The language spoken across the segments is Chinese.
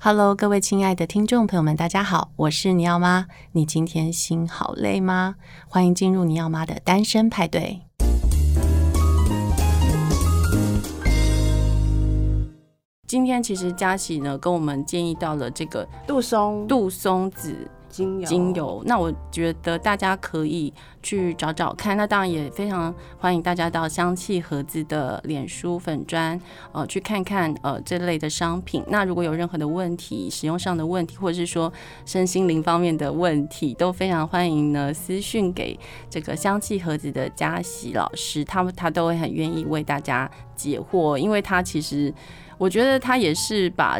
Hello，各位亲爱的听众朋友们，大家好，我是尼奥妈。你今天心好累吗？欢迎进入尼奥妈的单身派对。今天其实佳喜呢跟我们建议到了这个杜松、杜松子精油、精油，那我觉得大家可以去找找看。那当然也非常欢迎大家到香气盒子的脸书粉砖，呃，去看看呃这类的商品。那如果有任何的问题，使用上的问题，或者是说身心灵方面的问题，都非常欢迎呢私讯给这个香气盒子的佳喜老师，他他都会很愿意为大家解惑，因为他其实我觉得他也是把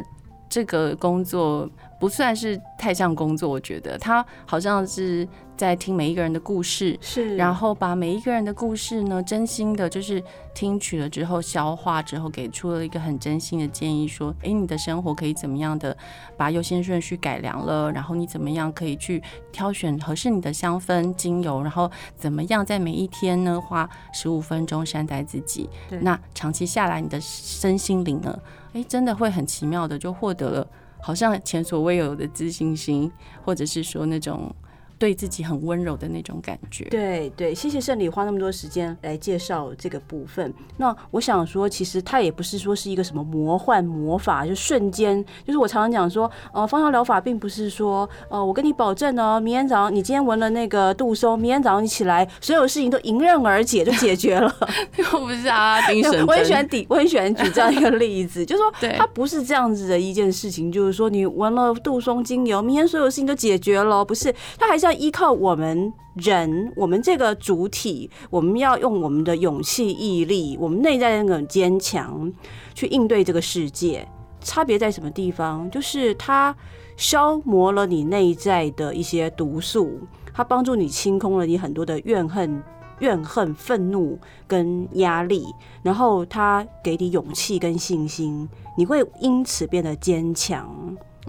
这个工作不算是太像工作，我觉得他好像是在听每一个人的故事，是，然后把每一个人的故事呢，真心的就是听取了之后，消化之后，给出了一个很真心的建议，说，诶，你的生活可以怎么样的把优先顺序改良了，然后你怎么样可以去挑选合适你的香氛精油，然后怎么样在每一天呢花十五分钟善待自己对，那长期下来你的身心灵呢，诶，真的会很奇妙的就获得了。好像前所未有的自信心，或者是说那种对自己很温柔的那种感觉。对对，谢谢圣礼花那么多时间来介绍这个部分。那我想说，其实它也不是说是一个什么魔幻魔法，就瞬间，就是我常常讲说，呃，芳疗疗法并不是说，呃，我跟你保证哦，明天早上你今天闻了那个杜松，明天早上你起来，所有事情都迎刃而解，就解决了。 我不是阿拉丁神我很喜欢举，我很喜欢举这样一个例子，就是说对它不是这样子的一件事情，就是说你闻了杜松精油，明天所有事情都解决了，不是？它还是要依靠我们人，我们这个主体，我们要用我们的勇气、毅力，我们内在的那种坚强，去应对这个世界。差别在什么地方？就是它消磨了你内在的一些毒素，它帮助你清空了你很多的怨恨、怨恨、愤怒跟压力，然后它给你勇气跟信心，你会因此变得坚强。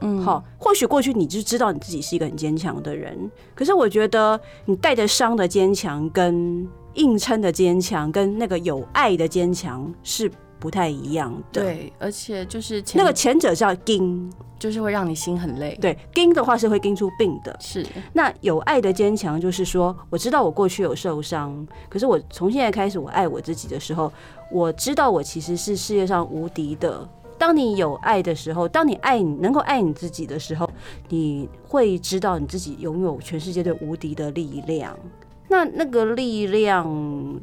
嗯，好，或许过去你就知道你自己是一个很坚强的人，可是我觉得你带着伤的坚强、跟硬撑的坚强、跟那个有爱的坚强是不太一样的。，对，而且就是前那个前者叫硬，就是会让你心很累。，对，硬的话是会硬出病的。是，那有爱的坚强，就是说，我知道我过去有受伤，可是我从现在开始，我爱我自己的时候，我知道我其实是世界上无敌的。当你有爱的时候，当你爱你能够爱你自己的时候，你会知道你自己拥有全世界最无敌的力量。那那个力量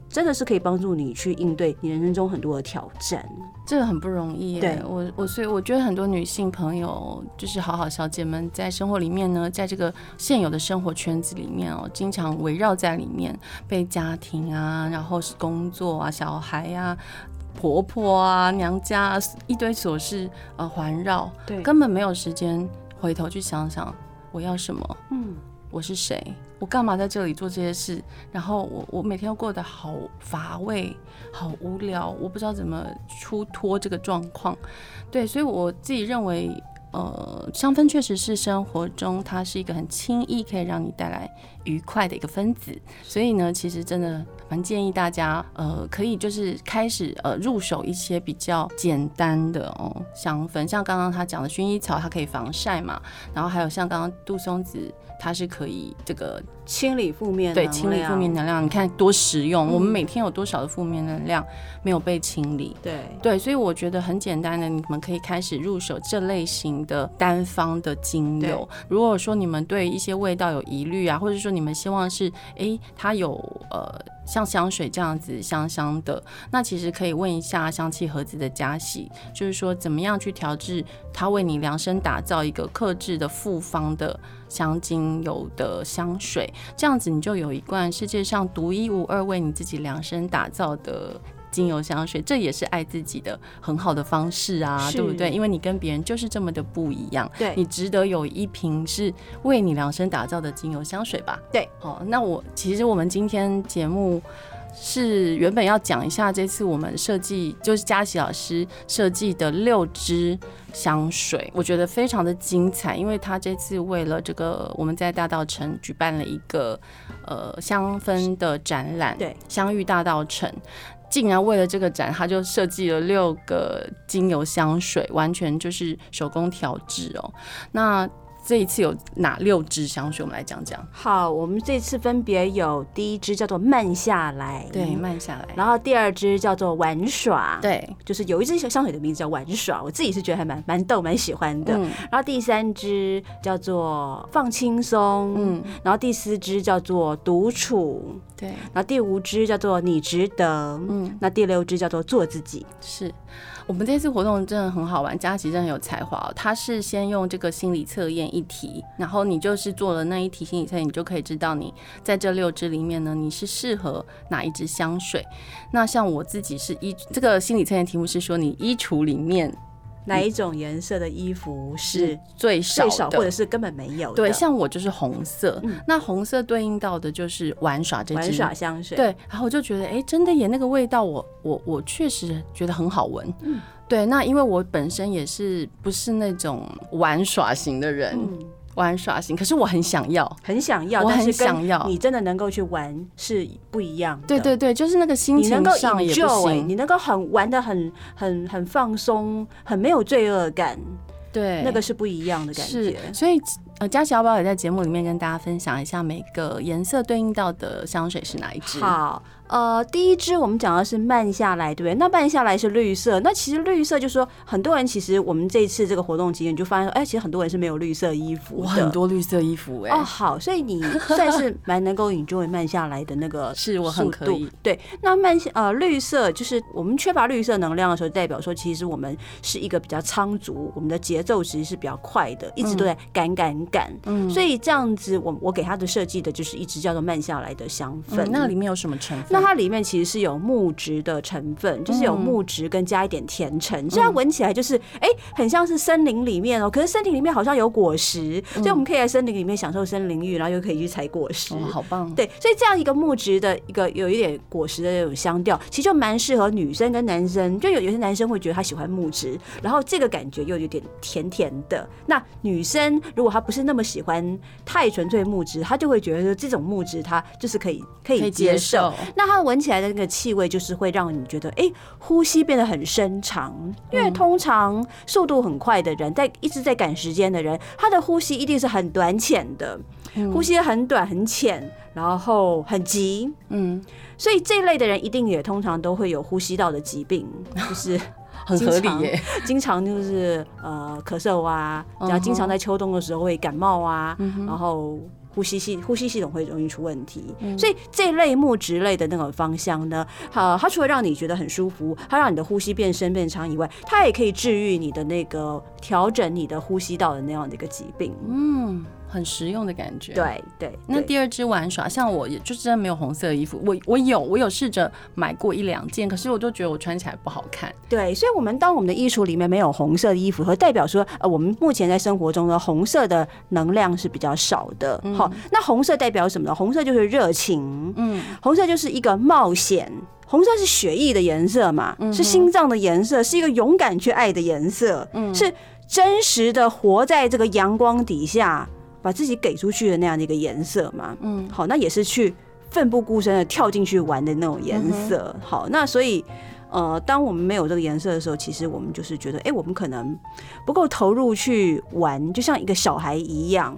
真的是可以帮助你去应对你人生中很多的挑战。这个很不容易耶。对我我所以我觉得很多女性朋友，就是好好小姐们，在生活里面呢，在这个现有的生活圈子里面哦，经常围绕在里面，被家庭啊，然后是工作啊，小孩啊。婆婆啊，娘家啊一堆琐事呃环绕，对根本没有时间回头去想想我要什么，嗯，我是谁，我干嘛在这里做这些事？然后我我每天都过得好乏味，好无聊，我不知道怎么出脱这个状况。对，所以我自己认为，呃，香氛确实是生活中它是一个很轻易可以让你带来愉快的一个分子。所以呢，其实真的蛮建议大家，呃，可以就是开始呃入手一些比较简单的哦香氛，像刚刚他讲的薰衣草，它可以防晒嘛，然后还有像刚刚杜松子。它是可以这个清理负嗯面能对量，清理负面能量，你看多实用。我们每天有多少的负面能量没有被清理？对对，所以我觉得很简单的，你们可以开始入手这类型的单方的精油。如果说你们对一些味道有疑虑啊，或者说你们希望是，诶，它有呃像香水这样子香香的，那其实可以问一下香气盒子的佳喜，就是说怎么样去调制它为你量身打造一个克制的复方的香精油的香水，这样子你就有一罐世界上独一无二为你自己量身打造的。精油香水，这也是爱自己的很好的方式啊，是对不对？因为你跟别人就是这么的不一样，嗯对你值得有一瓶是为你量身打造的精油香水吧？对，哦，那我其实我们今天节目是原本要讲一下这次我们设计，就是佳琪老师设计的六支香水，我觉得非常的精彩，因为他这次为了这个我们在大道城举办了一个呃香氛的展览，对，相遇大道城。竟然为了这个展，他就设计了六个精油香水，完全就是手工调制哦。那这一次有哪六支香水？我们来讲讲。好，我们这次分别有第一支叫做慢下来，对，慢下来。然后第二支叫做玩耍，，嗯对，就是有一支香水的名字叫玩耍，我自己是觉得还蛮蛮逗，蛮喜欢的。嗯然后第三支叫做放轻松，嗯嗯，然后第四支叫做独处，对，然后第五支叫做你值得，嗯嗯，那第六支叫做做自己，是我们这次活动真的很好玩，佳琪真的很有才华、哦。他是先用这个心理测验一题，然后你就是做了那一题心理测验，你就可以知道你在这六支里面呢，你是适合哪一支香水。那像我自己是衣，这个心理测验题目是说你衣橱里面哪一种颜色的衣服是是嗯最少最的，少或者是根本没有的？对，像我就是红色，那红色对应到的就是玩耍这支嗯玩耍香水，，对，然后我就觉得，哎，真的耶，那个味道我，我我确实觉得很好闻。嗯对，那因为我本身也是不是那种玩耍型的人，嗯，玩耍型，可是我很想要。很想要，我但很是跟想要你真的能够去玩是不一样的。对对对，就是那个心你能情够上也不 enjoy，行。你能够很玩的很很很放松，很没有罪恶感，对，那个是不一样的感是觉。，所以呃，佳琪要不要也在节目里面跟大家分享一下每个颜色对应到的香水是哪一支？好，呃，第一支我们讲的是慢下来，对不对？那慢下来是绿色，那其实绿色就是说，很多人其实我们这一次这个活动期间，你就发现说，哎、其实很多人是没有绿色衣服我的，很多绿色衣服哎、哦，好，所以你算是蛮能够 enjoy 慢下来的那个速度。 是我很可以。对，那慢下呃，绿色就是我们缺乏绿色能量的时候，代表说其实我们是一个比较仓促，我们的节奏其实是比较快的，一直都在赶赶赶。嗯所以这样子我，我给它的设计的就是一直叫做慢下来的香氛。嗯，那里面有什么成分？那它里面其实是有木质的成分，就是嗯有木质跟加一点甜橙，所以它闻起来就是哎、很像是森林里面哦。可是森林里面好像有果实，所以我们可以在森林里面享受森林浴，然后又可以去采果实。嗯哦，好棒！对，所以这样一个木质的一个有一点果实的那种香调，其实就蛮适合女生跟男生。就有有些男生会觉得他喜欢木质，然后这个感觉又有点甜甜的。那女生如果她不是那么喜欢太纯粹木质，她就会觉得说这种木质她就是可以可可以以接接受受。，那它闻起来的那个气味，就是会让你觉得，哎、呼吸变得很深长。因为通常速度很快的人，在一直在赶时间的人，他的呼吸一定是很短浅的，呼吸很短很浅，然后很急。嗯，所以这一类的人，一定也通常都会有呼吸道的疾病，就是很合理耶。经常就是呃咳嗽啊，然后嗯哼嗯经常在秋冬的时候会感冒啊，然后。呼吸系呼吸系统会容易出问题，嗯所以这类木质类的那种芳香呢，呃，它除了让你觉得很舒服，它让你的呼吸变深变长以外，它也可以治愈你的那个调整你的呼吸道的那样的一个疾病。嗯，很实用的感觉。。对对，那对第二支玩耍，像我也就真的没有红色衣服，我我有我有试着买过一两件，可是我就觉得我穿起来不好看。对，所以，我们当我们的衣橱里面没有红色的衣服，和代表说，呃，我们目前在生活中的红色的能量是比较少的。好、那红色代表什么呢？红色就是热情，嗯，红色就是一个冒险。红色是血液的颜色嘛，是心脏的颜色，是一个勇敢去爱的颜色，是真实的活在这个阳光底下，把自己给出去的那样的一个颜色嘛。嗯，好，那也是去奋不顾身的跳进去玩的那种颜色。好，那所以。呃，当我们没有这个颜色的时候，其实我们就是觉得，哎、我们可能不够投入去玩，就像一个小孩一样，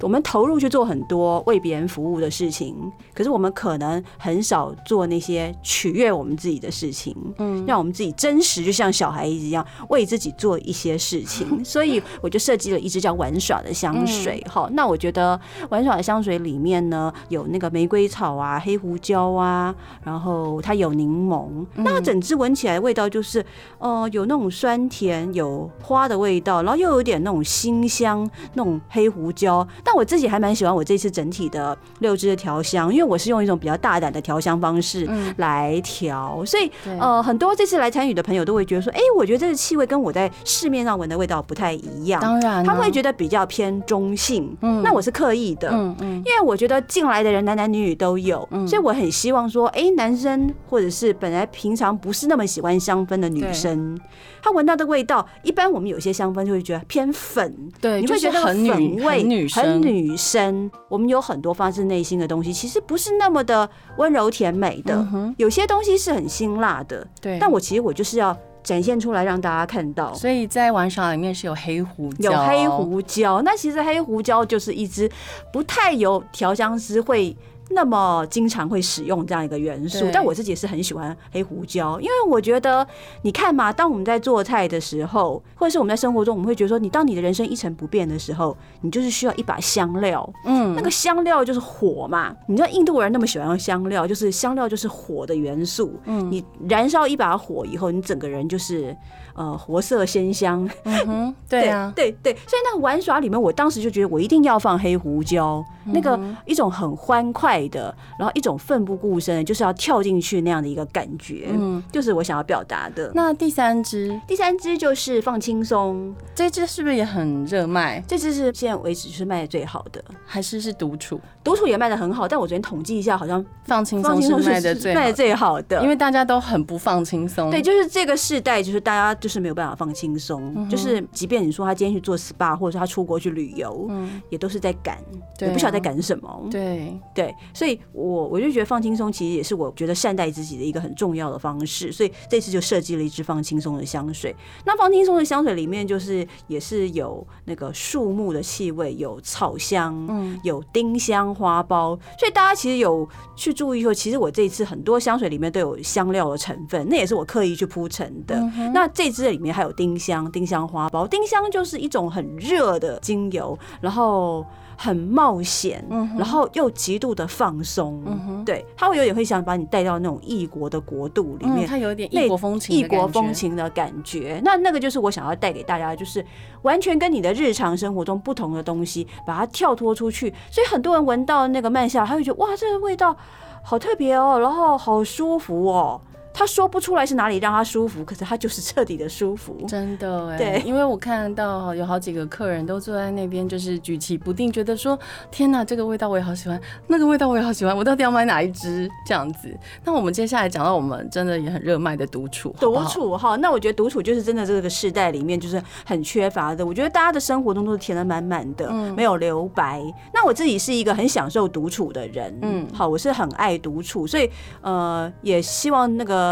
我们投入去做很多为别人服务的事情，可是我们可能很少做那些取悦我们自己的事情，嗯，让我们自己真实，就像小孩一样，为自己做一些事情。所以我就设计了一支叫“玩耍”的香水，好、那我觉得“玩耍”的香水里面呢，有那个玫瑰草啊、黑胡椒啊，然后它有柠檬，那它整支闻起来味道就是，呃，有那种酸甜，有花的味道，然后又有点那种辛香，那种黑胡椒。但我自己还蛮喜欢我这次整体的六支的调香，因为我是用一种比较大胆的调香方式来调，所以对呃，很多这次来参与的朋友都会觉得说，哎、我觉得这个气味跟我在市面上闻的味道不太一样，当然啊、他们会觉得比较偏中性。嗯，那我是刻意的，嗯嗯，因为我觉得进来的人男男女女都有，所以我很希望说，哎、男生或者是本来平常不是那么喜欢香氛的女生，她闻到的味道，一般我们有些香氛就会觉得偏粉，对，你会就觉是得很粉女味很女生女生，我们有很多发自内心的东西，其实不是那么的温柔甜美的，嗯哼有些东西是很辛辣的。对，但我其实我就是要展现出来让大家看到。所以在玩耍里面是有黑胡椒，有黑胡椒，那其实黑胡椒就是一支不太有调香师会那么经常会使用这样一个元素对。但我自己也是很喜欢黑胡椒，因为我觉得你看嘛，当我们在做菜的时候，或者是我们在生活中，我们会觉得说，你当你的人生一成不变的时候，你就是需要一把香料。嗯，那个香料就是火嘛，你知道印度人那么喜欢用香料，就是香料就是火的元素。嗯，你燃烧一把火以后，你整个人就是呃活色鲜香，嗯哼，对啊，对对，所以那个玩耍里面，我当时就觉得我一定要放黑胡椒，嗯那个一种很欢快的，然后一种奋不顾身的，就是要跳进去那样的一个感觉，嗯，就是我想要表达的。那第三支，第三支就是放轻松，这支是不是也很热卖？这支是现在为止是卖的最好的，还是是独处？独处也卖的很好，但我昨天统计一下，好像放轻放松轻是松是卖的最好卖的的，最好的，因为大嗯家都很不放轻松。对，就是这个世代，就是大家就是没有办法放轻松，嗯就是即便你说他今天去做 SPA，或者说他出国去旅游，也都是在赶，嗯对也不晓得在啊赶什么。对，对，所以我我就觉得放轻松其实也是我觉得善待自己的一个很重要的方式，所以这次就设计了一支放轻松的香水。那放轻松的香水里面就是也是有那个树木的气味，有草香，嗯，有丁香、花苞，所以大家其实有去注意说，其实我这一次很多香水里面都有香料的成分，那也是我刻意去铺陈的。那这支里面还有丁香、丁香花苞，丁香就是一种很热的精油，然后很冒险，然后又极度的放松，对，它会有点会想把你带到那种异国的国度里嗯，面。它有点那异国风情，异国风。情的感觉，那那个就是我想要带给大家，就是完全跟你的日常生活中不同的东西，把它跳脱出去。所以很多人闻到那个曼夏，他会觉得哇，这个味道好特别哦，然后好舒服哦。他说不出来是哪里让他舒服，可是他就是彻底的舒服。真的哎、对因为我看到有好几个客人都坐在那边，就是举棋不定，觉得说天哪，这个味道我也好喜欢，那个味道我也好喜欢，我到底要买哪一支这样子？那我们接下来讲到我们真的也很热卖的独处，好不独好，处哈，那我觉得独处就是真的这个世代里面就是很缺乏的。我觉得大家的生活中都是填得满满的，嗯没有留白。那我自己是一个很享受独处的人，嗯嗯，好，我是很爱独处，所以呃，也希望那个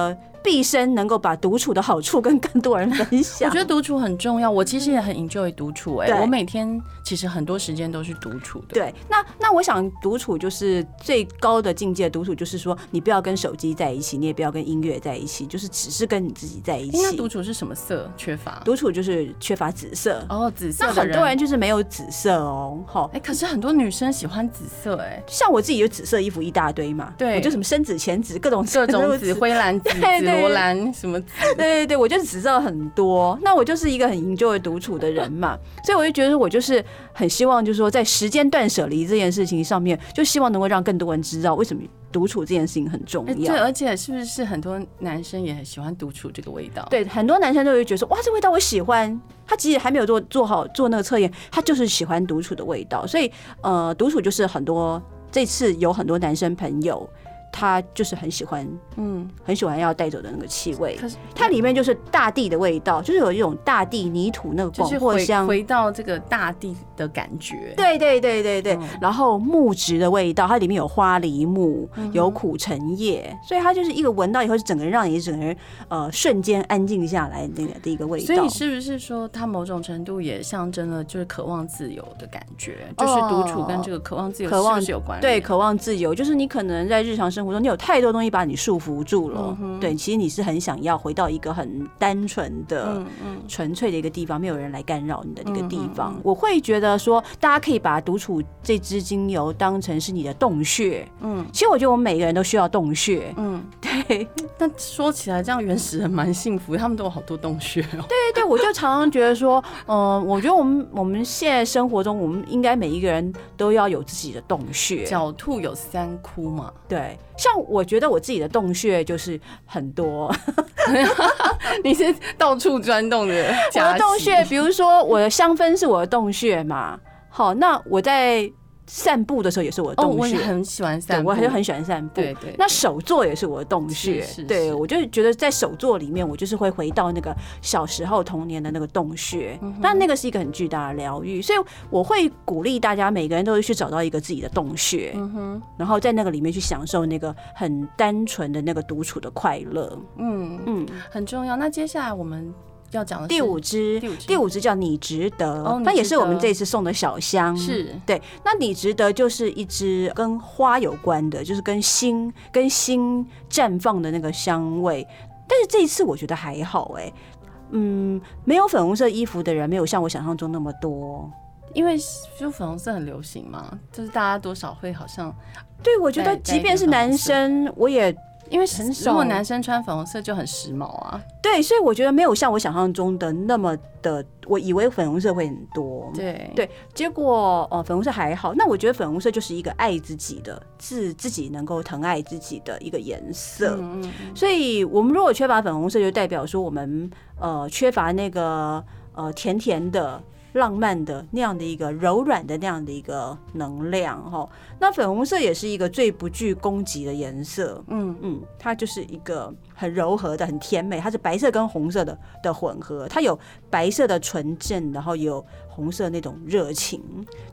毕生能够把独处的好处跟更多人分享。我觉得独处很重要，我其实也很 enjoy 独处哎、嗯对我每天其实很多时间都是独处的，对，那那我想独处就是最高的境界，独处就是说你不要跟手机在一起，你也不要跟音乐在一起，就是只是跟你自己在一应该起。独处是什么色缺乏？独处就是缺乏紫色。哦，紫色那的很多人就是没有紫色哦，好，哎、可是很多女生喜欢紫色哎、 像我自己有紫色衣服一大堆嘛，对我就什么深紫、浅紫，各种 各种紫、紫。灰蓝紫、对紫对罗兰什么紫， 对对对，我就是紫色很多。那我就是一个很 enjoy 独处的人 嘛，所以我就觉得我就是很希望，就是说在时间断舍离这件事情上面，就希望能够让更多人知道为什么独处这件事情很重哎对，要。而且是不是很多男生也很喜欢独处这个味道？，对，很多男生都会觉得说，哇，这味道我喜欢。他其实还没有做做好做那个测验，他就是喜欢独处的味道。所以，呃，独处就是很多这次有很多男生朋友，他就是很喜欢嗯，很喜欢要带走的那个气味。可是它里面就是大地的味道，就是有一种大地泥土那个就广是藿回香。回到这个大地的感觉。对对对对对，嗯然后木质的味道，它里面有花梨木，嗯有苦橙叶，所以它就是一个闻到以后，就整个人让你整个人呃瞬间安静下来那个的一个味所以道。是不是说，它某种程度也象征了就是渴望自由的感觉，就是独处跟这个哦渴望自由渴望是不是有关对，联？渴望自由，就是你可能在日常生活中，你有太多东西把你束缚住嗯了。对，其实你是很想要回到一个很单纯的、嗯嗯，纯粹的一个地方，没有人来干扰你的一个地方。嗯嗯嗯我会觉得说，大家可以把独处这支精油当成是你的洞穴。嗯嗯，其实我觉得我们每个人都需要洞穴。那说起来，这样原始人蛮幸福，他们都有好多洞穴哦。对，对对，我就常常觉得说，嗯、我觉得我们我们现在生活中，我们应该每一个人都要有自己的洞穴。 狡兔有三窟嘛， 对，像我觉得我自己的洞穴就是很多。你是到处钻洞的我假期。的洞穴，比如说我的香氛是我的洞穴嘛。好，那我在散步的时候也是我的哦，洞我穴也，很喜欢对散步，我还是很喜欢散步。对对。那手作也是我的洞穴，是是对是我就是觉得在手作里面，我就是会回到那个小时候童年的那个洞穴，嗯但那个是一个很巨大的疗愈，所以我会鼓励大家每个人都去找到一个自己的洞穴，嗯然后在那个里面去享受那个很单纯的那个独处的快乐。嗯，嗯，很重要。那接下来我们要讲的第是五支第五支第五支叫你值得，哦你那也是值得我们这次送的小香，是对，那你值得就是一支跟花有关的，就是跟心跟心绽放的那个香味。但是这一次我觉得还好哎、嗯，没有粉红色衣服的人没有像我想象中那么多。因为就粉红色很流行嘛，就是大家多少会好像，对，我觉得对对即便是男生，我也因为很少如果男生穿粉红色就很时髦啊。对，所以我觉得没有像我想象中的那么的，我以为粉红色会很多。对对，结果呃，粉红色还好。那我觉得粉红色就是一个爱自己的，自自己能够疼爱自己的一个颜色。嗯嗯嗯所以我们如果缺乏粉红色，就代表说我们呃缺乏那个呃甜甜的。浪漫的那样的一个柔软的那样的一个能量哈，那粉红色也是一个最不具攻击的颜色，嗯，嗯，它就是一个很柔和的、很甜美，它是白色跟红色的的混合，它有白色的纯正，然后有红色那种热情，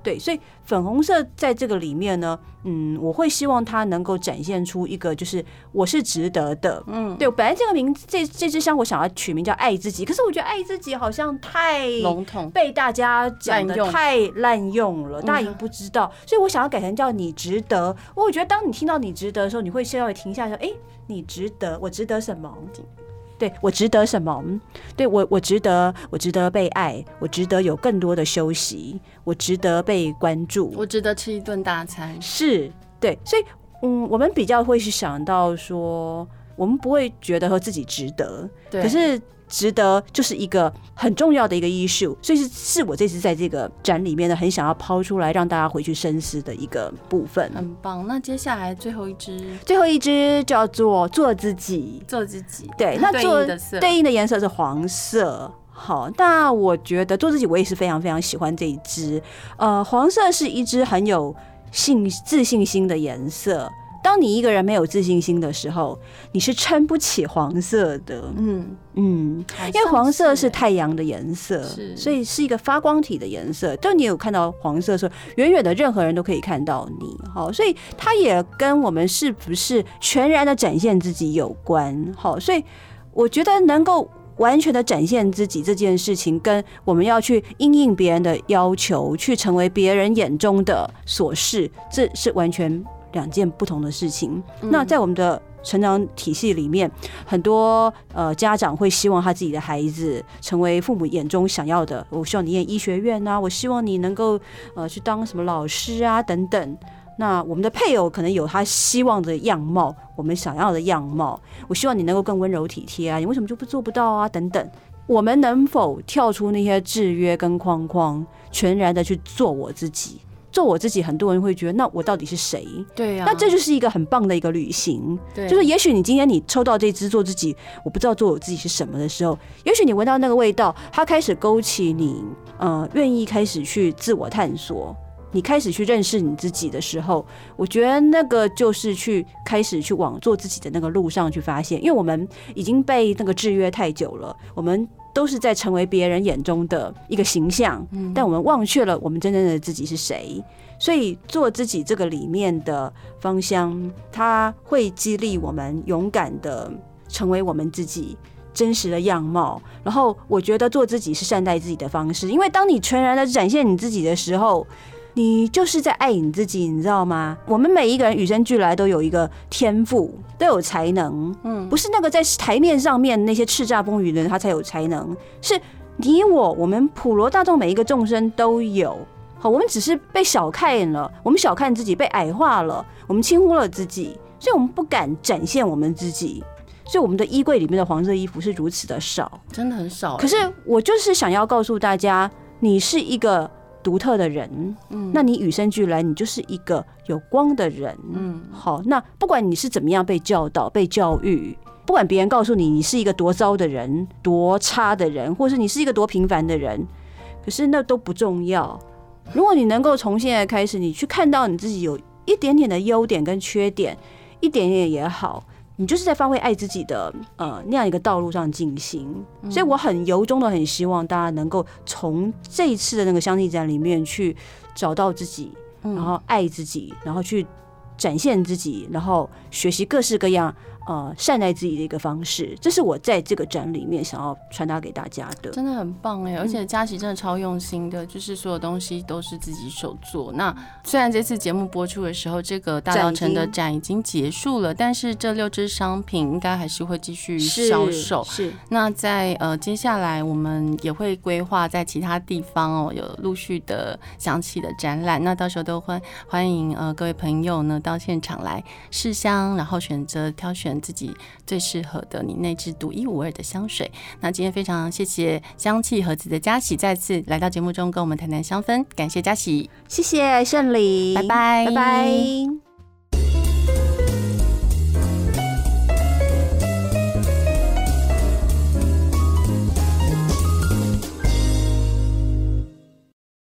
对，所以粉红色在这个里面呢，嗯，我会希望它能够展现出一个就是我是值得的，嗯，对，本来这个名字这这支香我想要取名叫爱自己，可是我觉得爱自己好像太笼统。被大家讲的滥用嗯太滥用了，大家已经不知道，所以我想要改成叫你值得。我觉得当你听到你值得的时候，你会稍微停下来说，哎、你值得，我值得什么？嗯对我值得什么？对我，我值得，我值得被爱，我值得有更多的休息，我值得被关注。我值得吃一顿大餐，是对，所以嗯，我们比较会去想到说，我们不会觉得和自己值得，对，可是值得就是一个很重要的一个 issue，所以是是我这次在这个展里面呢，很想要抛出来让大家回去深思的一个部分。很棒。那接下来最后一支最后一支叫做做自己，做自己，对，那对做应的色对应的颜色是黄色。好，那我觉得做自己，我也是非常非常喜欢这一支。呃，黄色是一支很有信自信心的颜色。当你一个人没有自信心的时候，你是撑不起黄色的。嗯，嗯，好因为像黄色是欸太阳的颜色，是所以是一个发光体的颜色。就你有看到黄色的时候，远远的任何人都可以看到你，好，所以它也跟我们是不是全然的展现自己有关，好，所以我觉得能够。完全的展现自己这件事情，跟我们要去应应别人的要求，去成为别人眼中的所事，这是完全两件不同的事情。嗯那在我们的成长体系里面，很多呃家长会希望他自己的孩子成为父母眼中想要的，我希望你念医学院啊，我希望你能够呃去当什么老师啊等等。那我们的配偶可能有他希望的样貌，我们想要的样貌，我希望你能够更温柔体贴啊，你为什么就不做不到啊等等。我们能否跳出那些制约跟框框，全然的去做我自己？做我自己，很多人会觉得，那我到底是谁？对呀、啊，那这就是一个很棒的一个旅行。对就是也许你今天你抽到这支做自己，我不知道做我自己是什么的时候，也许你闻到那个味道，它开始勾起你，呃，愿意开始去自我探索，你开始去认识你自己的时候，我觉得那个就是去开始去往做自己的那个路上去发现，因为我们已经被那个制约太久了，我们。都是在成为别人眼中的一个形象，但我们忘却了我们真正的自己是谁。所以做自己这个里面的芳香，它会激励我们勇敢的成为我们自己。真实的样貌，然后我觉得做自己是善待自己的方式，因为当你全然的展现你自己的时候，你就是在爱你自己，你知道吗？我们每一个人与生俱来都有一个天赋，都有才能，嗯，不是那个在台面上面那些叱咤风云的人他才有才能，是你我我们普罗大众每一个众生都有，好，我们只是被小看了，我们小看自己，被矮化了，我们轻忽了自己，所以我们不敢展现我们自己。所以我们的衣柜里面的黄色衣服是如此的少，真的很少欸、可是我就是想要告诉大家，你是一个独特的人，嗯，那你与生俱来，你就是一个有光的人，嗯，好，那不管你是怎么样被教导、被教育，不管别人告诉你你是一个多糟的人、多差的人，或是你是一个多平凡的人，可是那都不重要。如果你能够从现在开始，你去看到你自己有一点点的优点跟缺点，一点点也好，你就是在发挥爱自己的呃那样一个道路上进行。所以我很由衷的很希望大家能够从这一次的那个相信展里面去找到自己，嗯然后爱自己，然后去展现自己，然后学习各式各样。呃，善待自己的一个方式，这是我在这个展里面想要传达给大家的。嗯真的很棒哎、而且佳琪真的超用心的，就是所有东西都是自己手做。那虽然这次节目播出的时候，这个大稻城的展已经展已经结束了，但是这六支商品应该还是会继续销售。是那在呃接下来，我们也会规划在其他地方哦，有陆续的详细的展览。那到时候都欢欢迎呃各位朋友呢到现场来试香，然后选择挑选自己最适合的你那支独一无二的香水。那今天非常谢谢香气盒子的佳喜再次来到节目中跟我们谈谈香氛，感谢佳喜。谢谢胜利，拜拜拜拜。